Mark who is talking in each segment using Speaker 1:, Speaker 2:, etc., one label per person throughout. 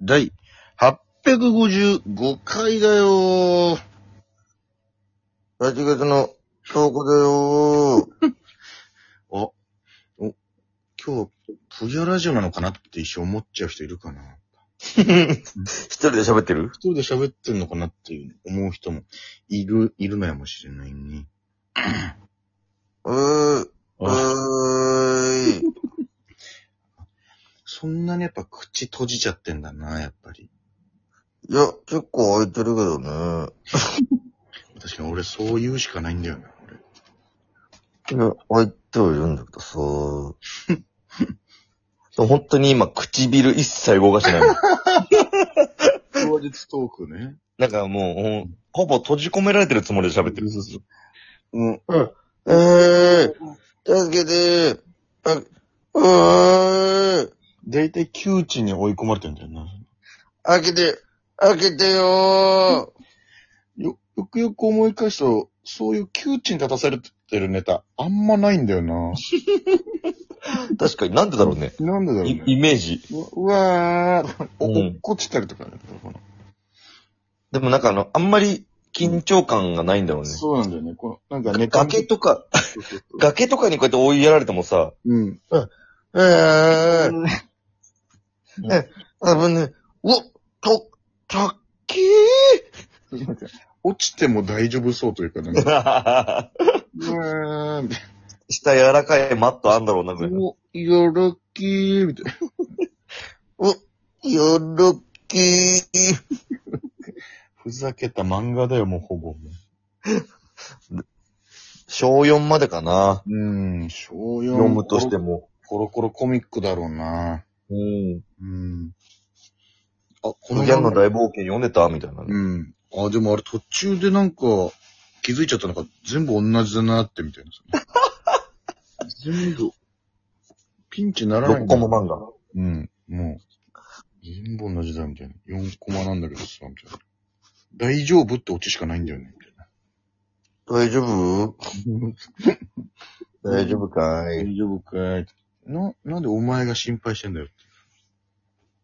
Speaker 1: 第855回だよー。8月の10日だ よー。あ、お、今日、プギャラジオなのかなって一瞬思っちゃう人いるかな。
Speaker 2: 一人で喋ってる
Speaker 1: 一人で喋ってんのかなっていう思う人もいる、いるのやもしれないね。
Speaker 2: うー、うーい。
Speaker 1: そんなにやっぱ口閉じちゃってんだな、やっぱり。
Speaker 2: いや、結構空いてるけどね。
Speaker 1: 確かに俺そう言うしかないんだよな、俺。
Speaker 2: いや、空いてはいるんだけど さ。でも本当に今、唇一切動かして ない。
Speaker 1: 当日トークね。
Speaker 2: なんかもうほん、ほぼ閉じ込められてるつもりで喋ってる。
Speaker 1: うん。
Speaker 2: えー、助けてー。あうーい。
Speaker 1: だいたい窮地に追い込まれてんだよな。
Speaker 2: 開けて、開けてよ
Speaker 1: よ、よくよく思い返すと、そういう窮地に立たされてるネタ、あんまないんだよな。
Speaker 2: ー。確かになんでだろうね。
Speaker 1: なんでだろう
Speaker 2: イ
Speaker 1: ね。
Speaker 2: イメージ。
Speaker 1: うわうわー、お
Speaker 2: うん
Speaker 1: 落っこちたりとかね。この
Speaker 2: でもなんかあの、あんまり緊張感がないんだろうね。
Speaker 1: そうなんだよね。この、なんかネタ
Speaker 2: 崖とか、 崖とかにこうやって追いやられてもさ、
Speaker 1: うん。
Speaker 2: ええあぶね。お、と、たっき
Speaker 1: なんか落ちても大丈夫そうというか、 なんか、
Speaker 2: ー
Speaker 1: うわー、みたい
Speaker 2: 下柔らかいマットあんだろうな、ぐらい
Speaker 1: な。
Speaker 2: の。
Speaker 1: お、よろきー、みたいな。
Speaker 2: よろきー。
Speaker 1: ふざけた漫画だよ、もうほぼ。
Speaker 2: 小4までかな。
Speaker 1: うん、小4。
Speaker 2: 読むとして。も。
Speaker 1: コロコロコミックだろうな。
Speaker 2: うん。
Speaker 1: うん。あ、こ
Speaker 2: このギャンの大冒険読んでたみたいな。
Speaker 1: うん。あ、でもあれ途中でなんか気づいちゃったのか全部同じだなってみたいなさ。 全部、ピンチならない
Speaker 2: 6
Speaker 1: んだ
Speaker 2: コマ漫画。
Speaker 1: うん。もう、全部同じだみたいな。4コマなんだけどさ、みたいな。大丈夫ってオチしかないんだよね、みたいな。
Speaker 2: 大丈 夫大丈夫かい
Speaker 1: 大丈夫かい。な、なんでお前が心配してんだよって。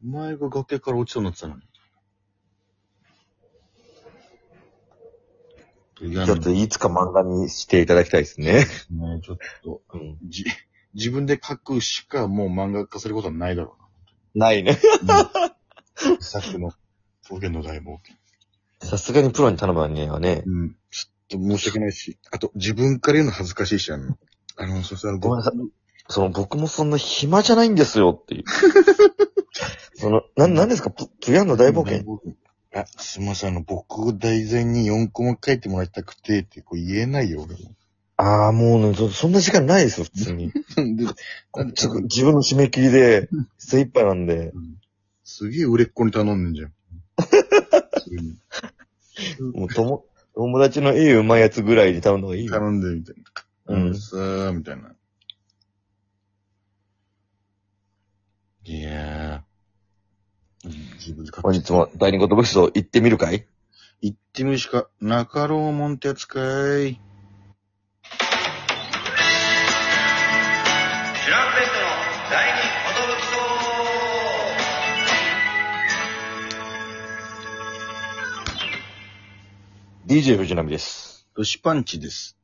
Speaker 1: お前が崖から落ちそうになってたのに。いや
Speaker 2: ちょっといつか漫画にしていただきたいですね。
Speaker 1: ね、ちょっと、
Speaker 2: うん、
Speaker 1: じ、自分で書くしかもう漫画化することはないだろ
Speaker 2: ないね。
Speaker 1: うな。 さっきの、峠の大冒険。
Speaker 2: さすがにプロに頼むにはね。
Speaker 1: うん。ちょっと申し訳ないし、あと、自分から言うの恥ずかしいし、あの、あの、そしたら
Speaker 2: ごめんなさ
Speaker 1: い。
Speaker 2: その僕もそんな暇じゃないんですよっていう。 その、な、なんですかププヤンの大冒険。
Speaker 1: あ、すみません、あの、僕を題材に4コマ書いてもらいたくて、って、こう言えないよ、俺も。
Speaker 2: ああ、もうねそ、そんな時間ないですよ、普通に。
Speaker 1: なんで、
Speaker 2: ちょっと自分の締め切りで、精一杯なんで。
Speaker 1: すげえ売れっ子に頼んでんじゃん。 それに
Speaker 2: も う友、友達の絵うまいやつぐらいに頼んだ方がいいよ。
Speaker 1: 頼んで、みたいな。
Speaker 2: うん
Speaker 1: あのさー、みたいな。いやー。自分で書
Speaker 2: 本
Speaker 1: く。
Speaker 2: 日も第二言武器と行ってみるかい
Speaker 1: 行ってみるしか、なかろうもんってやつかい。
Speaker 3: シュランペストの第二
Speaker 2: ？DJ 藤波です。
Speaker 1: ロシパンチです。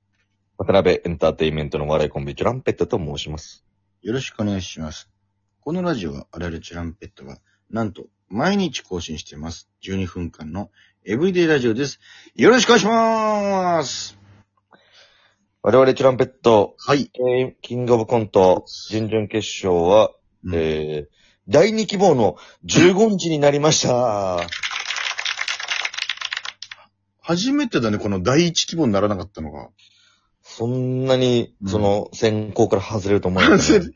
Speaker 2: 渡辺エンターテインメントのお笑いコンビ、チュランペットと申します。
Speaker 1: よろしくお願いします。このラジオは、我々チュランペットが、なんと、毎日更新しています。12分間のエブリデイラジオです。よろしくお願いします
Speaker 2: 我々チュランペット、
Speaker 1: はい。
Speaker 2: えーキングオブコント、準々決勝は、えー、
Speaker 1: え
Speaker 2: 第二希望の15日になりました。
Speaker 1: 初めてだね、この第一規模にならなかったのが。
Speaker 2: そんなに
Speaker 1: う、ん
Speaker 2: その、選考から外れると思わなかったね
Speaker 1: 外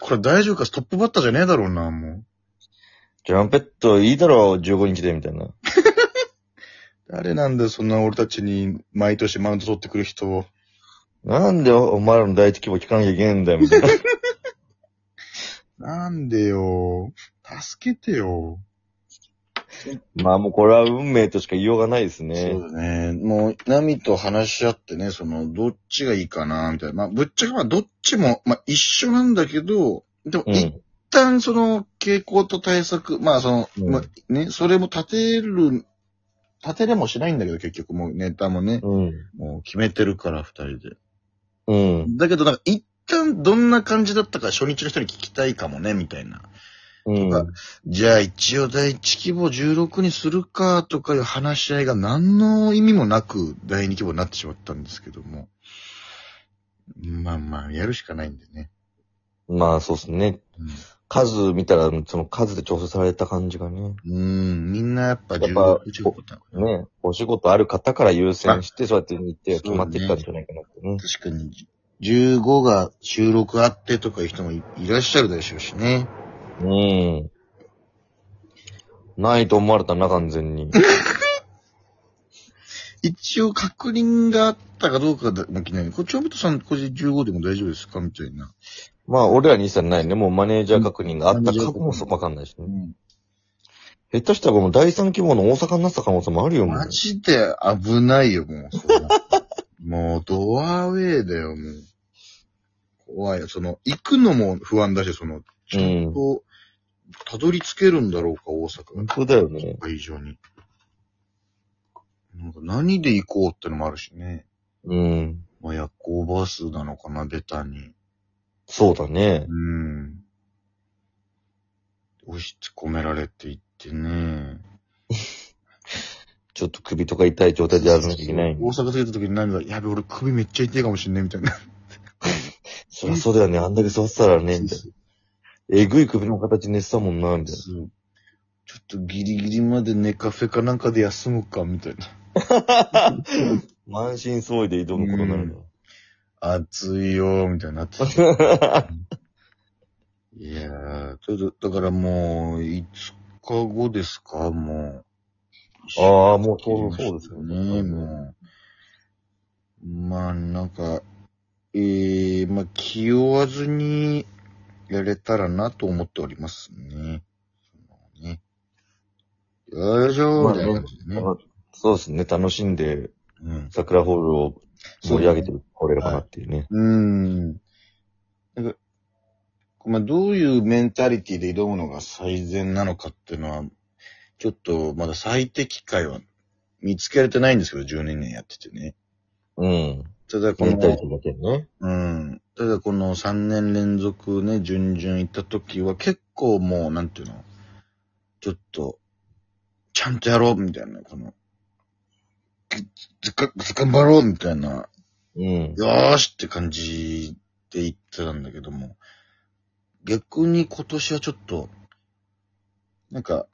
Speaker 1: これ大丈夫かトップバッターじゃねえだろうな、も
Speaker 2: トランペットいいだろ、15日で、みたいな。
Speaker 1: う。誰なんだよ、そんな俺たちに毎年マウント取ってくる人。
Speaker 2: なんでお前らの第一希望聞かなきゃいけないんだよ、み たいな。
Speaker 1: なんでよ。助けてよ。
Speaker 2: まあもうこれは運命としか言いようがないです
Speaker 1: そ
Speaker 2: ね。
Speaker 1: うだね。もう、ナミと話し合ってね、その、どっちがいいかな、みたいな。まあ、ぶっちゃけまあ、どっちも、まあ、一緒なんだけど、でも、
Speaker 2: う
Speaker 1: 一
Speaker 2: ん。
Speaker 1: 旦その、傾向と対策、まあその、
Speaker 2: うん
Speaker 1: まあね、それも立てる、立てれもしないんだけど結局もうネタもね、
Speaker 2: うん。
Speaker 1: もう決めてるから二人で。
Speaker 2: うん。
Speaker 1: だけどなんか一旦どんな感じだったか初日の人に聞きたいかもね、みたいな。
Speaker 2: うん。
Speaker 1: じゃあ一応第1希望16にするかとかいう話し合いが何の意味もなく第2希望になってしまったんですけども。まあまあ、やるしかないんでね。
Speaker 2: まあ、そうですね。数見たら、その数で調整された感じがね。
Speaker 1: うん、うんみんなやっぱ
Speaker 2: やっぱ
Speaker 1: 16、15だから
Speaker 2: ね。お仕事ある方から優先して、そうやって日程が決まってきたんじゃないかなってね。
Speaker 1: 確かに、15が収録あってとかいう人もいいらっしゃるでしょうしね。
Speaker 2: うん。ないと思われたな、完全に。
Speaker 1: 一応確認があったかどうかだもきない。こっちはぶとさん、これ15でも大丈夫ですかみたいな。
Speaker 2: まあ、俺らに一切ないね。もうマネージャー確認があったかもそうわかんないし
Speaker 1: う
Speaker 2: ね。
Speaker 1: ん。
Speaker 2: 下手したらもう第三規模の大阪になってた可能性もあるよ、もう。
Speaker 1: マジで危ないよ、もうそれ は。もうドアウェイだよ、もう。怖いよ。その、行くのも不安だし、その、ちゃんと、たどり着けるんだろうか、大阪
Speaker 2: 本。当だよね。
Speaker 1: 会場に。なんか何で行こうってのもあるしね。
Speaker 2: うん。
Speaker 1: まあ、夜行バスなのかな、ベタに。
Speaker 2: そうだね。
Speaker 1: うん。押し込められていってね。
Speaker 2: ちょっと首とか痛い状態でやらなきゃいけない。
Speaker 1: 大阪着いた時に涙、やべ、俺首めっちゃ痛いかもしんないみたいな。
Speaker 2: そりゃそうだよね。あんだけ座ってたらね、みたいな。えぐい首の形に寝てたもんな、みたい
Speaker 1: そうちょっとギリギリまで寝カフェかなんかで休むか、みたいな。
Speaker 2: な。満身創痍で挑むことになるんだ。
Speaker 1: 暑いよ、みたいになってた。 いやー、ちょっと、だからもう、5日後ですか、もう。
Speaker 2: ああ、もうそうそうですよね。
Speaker 1: ね、もう。まあ、なんか、えー、まあ、気負わずにやれたらなと思っておりますね。そのねよいしょ
Speaker 2: ま
Speaker 1: ー、
Speaker 2: あ
Speaker 1: み
Speaker 2: ね
Speaker 1: たいな感じでね。
Speaker 2: そうですね。楽しんで、
Speaker 1: うん。
Speaker 2: 桜ホールを盛り上げてこれるかなっていうね。
Speaker 1: うーん。なんか、まあ、どういうメンタリティで挑むのが最善なのかっていうのは、ちょっとまだ最適解は見つけられてないんですけど、12年やっててね。
Speaker 2: うん。
Speaker 1: ただこ
Speaker 2: メンタリ
Speaker 1: の
Speaker 2: テ、ィだけね。
Speaker 1: うん。ただこの3年連続ね、順々行った時は結構もう、なんていうの、ちょっと、ちゃんとやろうみたいな、この、ずずか、ず頑張ろうみたいな
Speaker 2: うん。
Speaker 1: よーしって感じで言ってたんだけども、逆に今年はちょっと、なんか、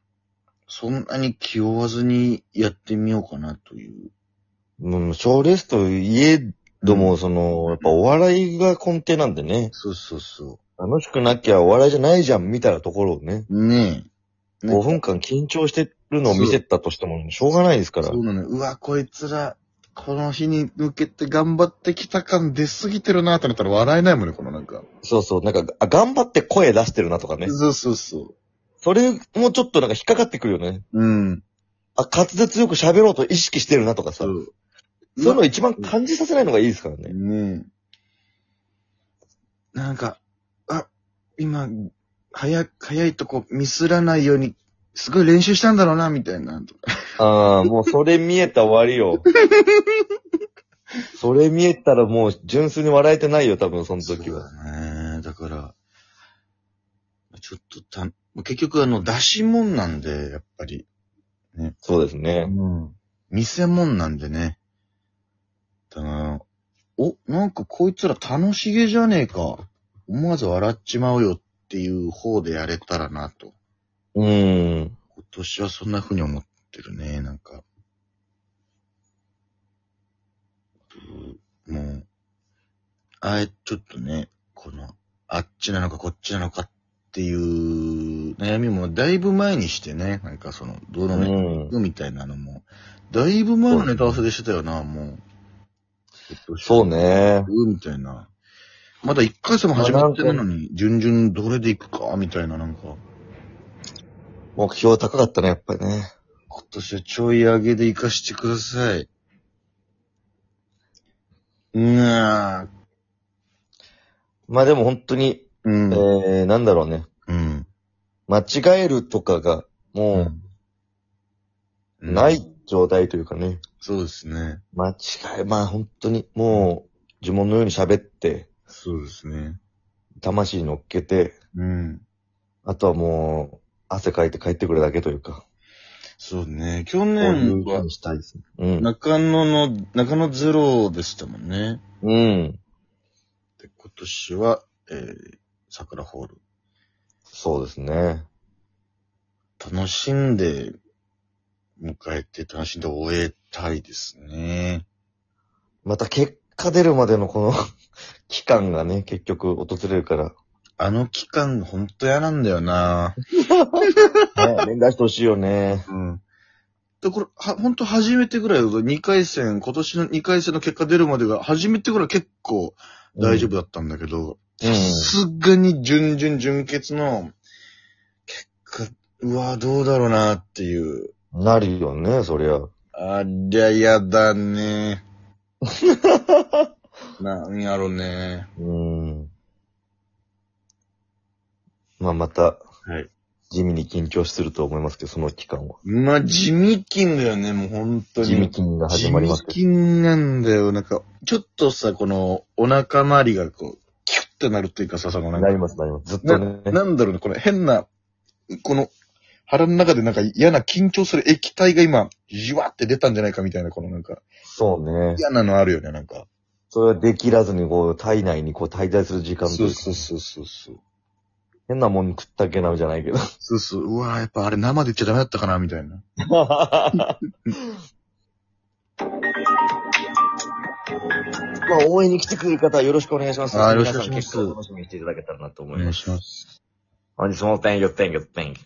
Speaker 1: そんなに気負わずにやってみようかなという。
Speaker 2: うん、賞レースといえども、その、やっぱお笑いが根底なんでね。
Speaker 1: そうそうそ
Speaker 2: 楽しくなきゃお笑いじゃないじゃん、みたいなところをね。
Speaker 1: う。ねえ。ね
Speaker 2: 5分間緊張してるのを見せたとしても、しょうがないですから。
Speaker 1: そうなのよ。うわ、こいつら、この日に向けて頑張ってきた感出すぎてるなってなったら笑えないもんね、このなんか。
Speaker 2: そうそう。なんか、あ、頑張って声出してるなとかね。
Speaker 1: そうそうそ
Speaker 2: それもちょっとなんか引っかかってくるよね。
Speaker 1: う。うん。。
Speaker 2: あ、滑舌よく喋ろうと意識してるなとかさ。そうういうの一番感じさせないのがいいですからね。
Speaker 1: ねえ。なんか、あ、今、早く、早いとこミスらないように、すごい練習したんだろうな、みたいな、とか。
Speaker 2: ああ、もうそれ見えたら終わり よ。それ見えたらもう純粋に笑えてないよ、多分その時は。
Speaker 1: だね。だから、ちょっとた、結局あの、出し物なんで、やっぱり。
Speaker 2: そうですね。
Speaker 1: ん。見せ物なんでね。だなお、なんかこいつら楽しげじゃねえか。思わず笑っちまうよっていう方でやれたらな、と。
Speaker 2: うん。
Speaker 1: 今年はそんな風に思ってるね、なんか。もう、あえ、ちょっとね、この、あっちなのかこっちなのかっていう悩みもだいぶ前にしてね、なんかその、ど
Speaker 2: う
Speaker 1: のネ
Speaker 2: ん。
Speaker 1: タみたいなのも、だいぶ前のネタ合わせでしてたよな、もう。
Speaker 2: そう
Speaker 1: う。
Speaker 2: ね。
Speaker 1: みたいな。まだ一回戦も始まってるのに、順々どれで行くか、みたいななんか。
Speaker 2: 目標高かったね、やっぱりね。
Speaker 1: 今年はちょい上げで行かしてください。うわぁ。
Speaker 2: まあでも本当に、
Speaker 1: うん。
Speaker 2: えー、なんだろうね。
Speaker 1: うん。
Speaker 2: 間違えるとかが、も
Speaker 1: う
Speaker 2: う、
Speaker 1: ん
Speaker 2: ない状態というかね。
Speaker 1: そうですね。
Speaker 2: 間違え、まあ本当に、もう、呪文のように喋って、
Speaker 1: そうですね。
Speaker 2: 魂乗っけて、
Speaker 1: うん。
Speaker 2: あとはもう、汗かいて帰ってくるだけというか。
Speaker 1: そうね。去
Speaker 2: そういう
Speaker 1: 年
Speaker 2: ふう
Speaker 1: は
Speaker 2: にしたいですね。うん。
Speaker 1: 中野の、中野ゼロでしたもんね。
Speaker 2: うん。
Speaker 1: で、今年は、えー、桜ホール。
Speaker 2: そうですね。
Speaker 1: 楽しんで、迎えて楽しんで終えたいですね。
Speaker 2: また結果出るまでのこの 期間がね、結局訪れるから。
Speaker 1: あの期間、ほんと嫌なんだよな
Speaker 2: ね、連打してほしいよね。
Speaker 1: うん。で、これ、は、ほんと初めてぐらいだと、2回戦、今年の2回戦の結果出るまでが、初めてぐらい結構大丈夫だったんだけど、
Speaker 2: うん。
Speaker 1: さすがに準々準決の結果、うわ、どうだろうなっていう。
Speaker 2: うん。なるよね、そりゃ。
Speaker 1: ありゃや だね。なんやろね。
Speaker 2: うん。まあまた、
Speaker 1: はい。
Speaker 2: 地味に緊張すると思いますけど、その期間は。
Speaker 1: まあ、地味金だよね、もうほんとに。
Speaker 2: 地味金が始まりますけ
Speaker 1: 地味筋なんだよ。なんか、ちょっとさ、この、お腹周りがこう、キュッてなるというかさ、その
Speaker 2: ど。
Speaker 1: なん
Speaker 2: な
Speaker 1: か、
Speaker 2: ります、なります。ずっ
Speaker 1: な
Speaker 2: とね。
Speaker 1: なんだろうね、この変な、この、腹の中でなんか嫌な緊張する液体が今、じわって出たんじゃないかみたいな、このなんか、
Speaker 2: そうね。
Speaker 1: 嫌なのあるよね、なんか。
Speaker 2: それはできらずに、こう、体内にこう、滞在する時間と
Speaker 1: そ
Speaker 2: いうか
Speaker 1: うそうそうそうそう。
Speaker 2: 変なもん食ったっけな、じゃないけど。
Speaker 1: そうそう、うわーやっぱあれ生で言っちゃダメだったかな、みたいな。
Speaker 2: まあ、応援に来てくれる方はよろしくお願いします。
Speaker 1: あーよろしくお願いします
Speaker 2: 皆さん結構楽しみにしていただけたらなと思
Speaker 1: お
Speaker 2: い
Speaker 1: 願
Speaker 2: ま
Speaker 1: い
Speaker 2: す。
Speaker 1: します。
Speaker 2: 本日もお天気、お天気、お天気。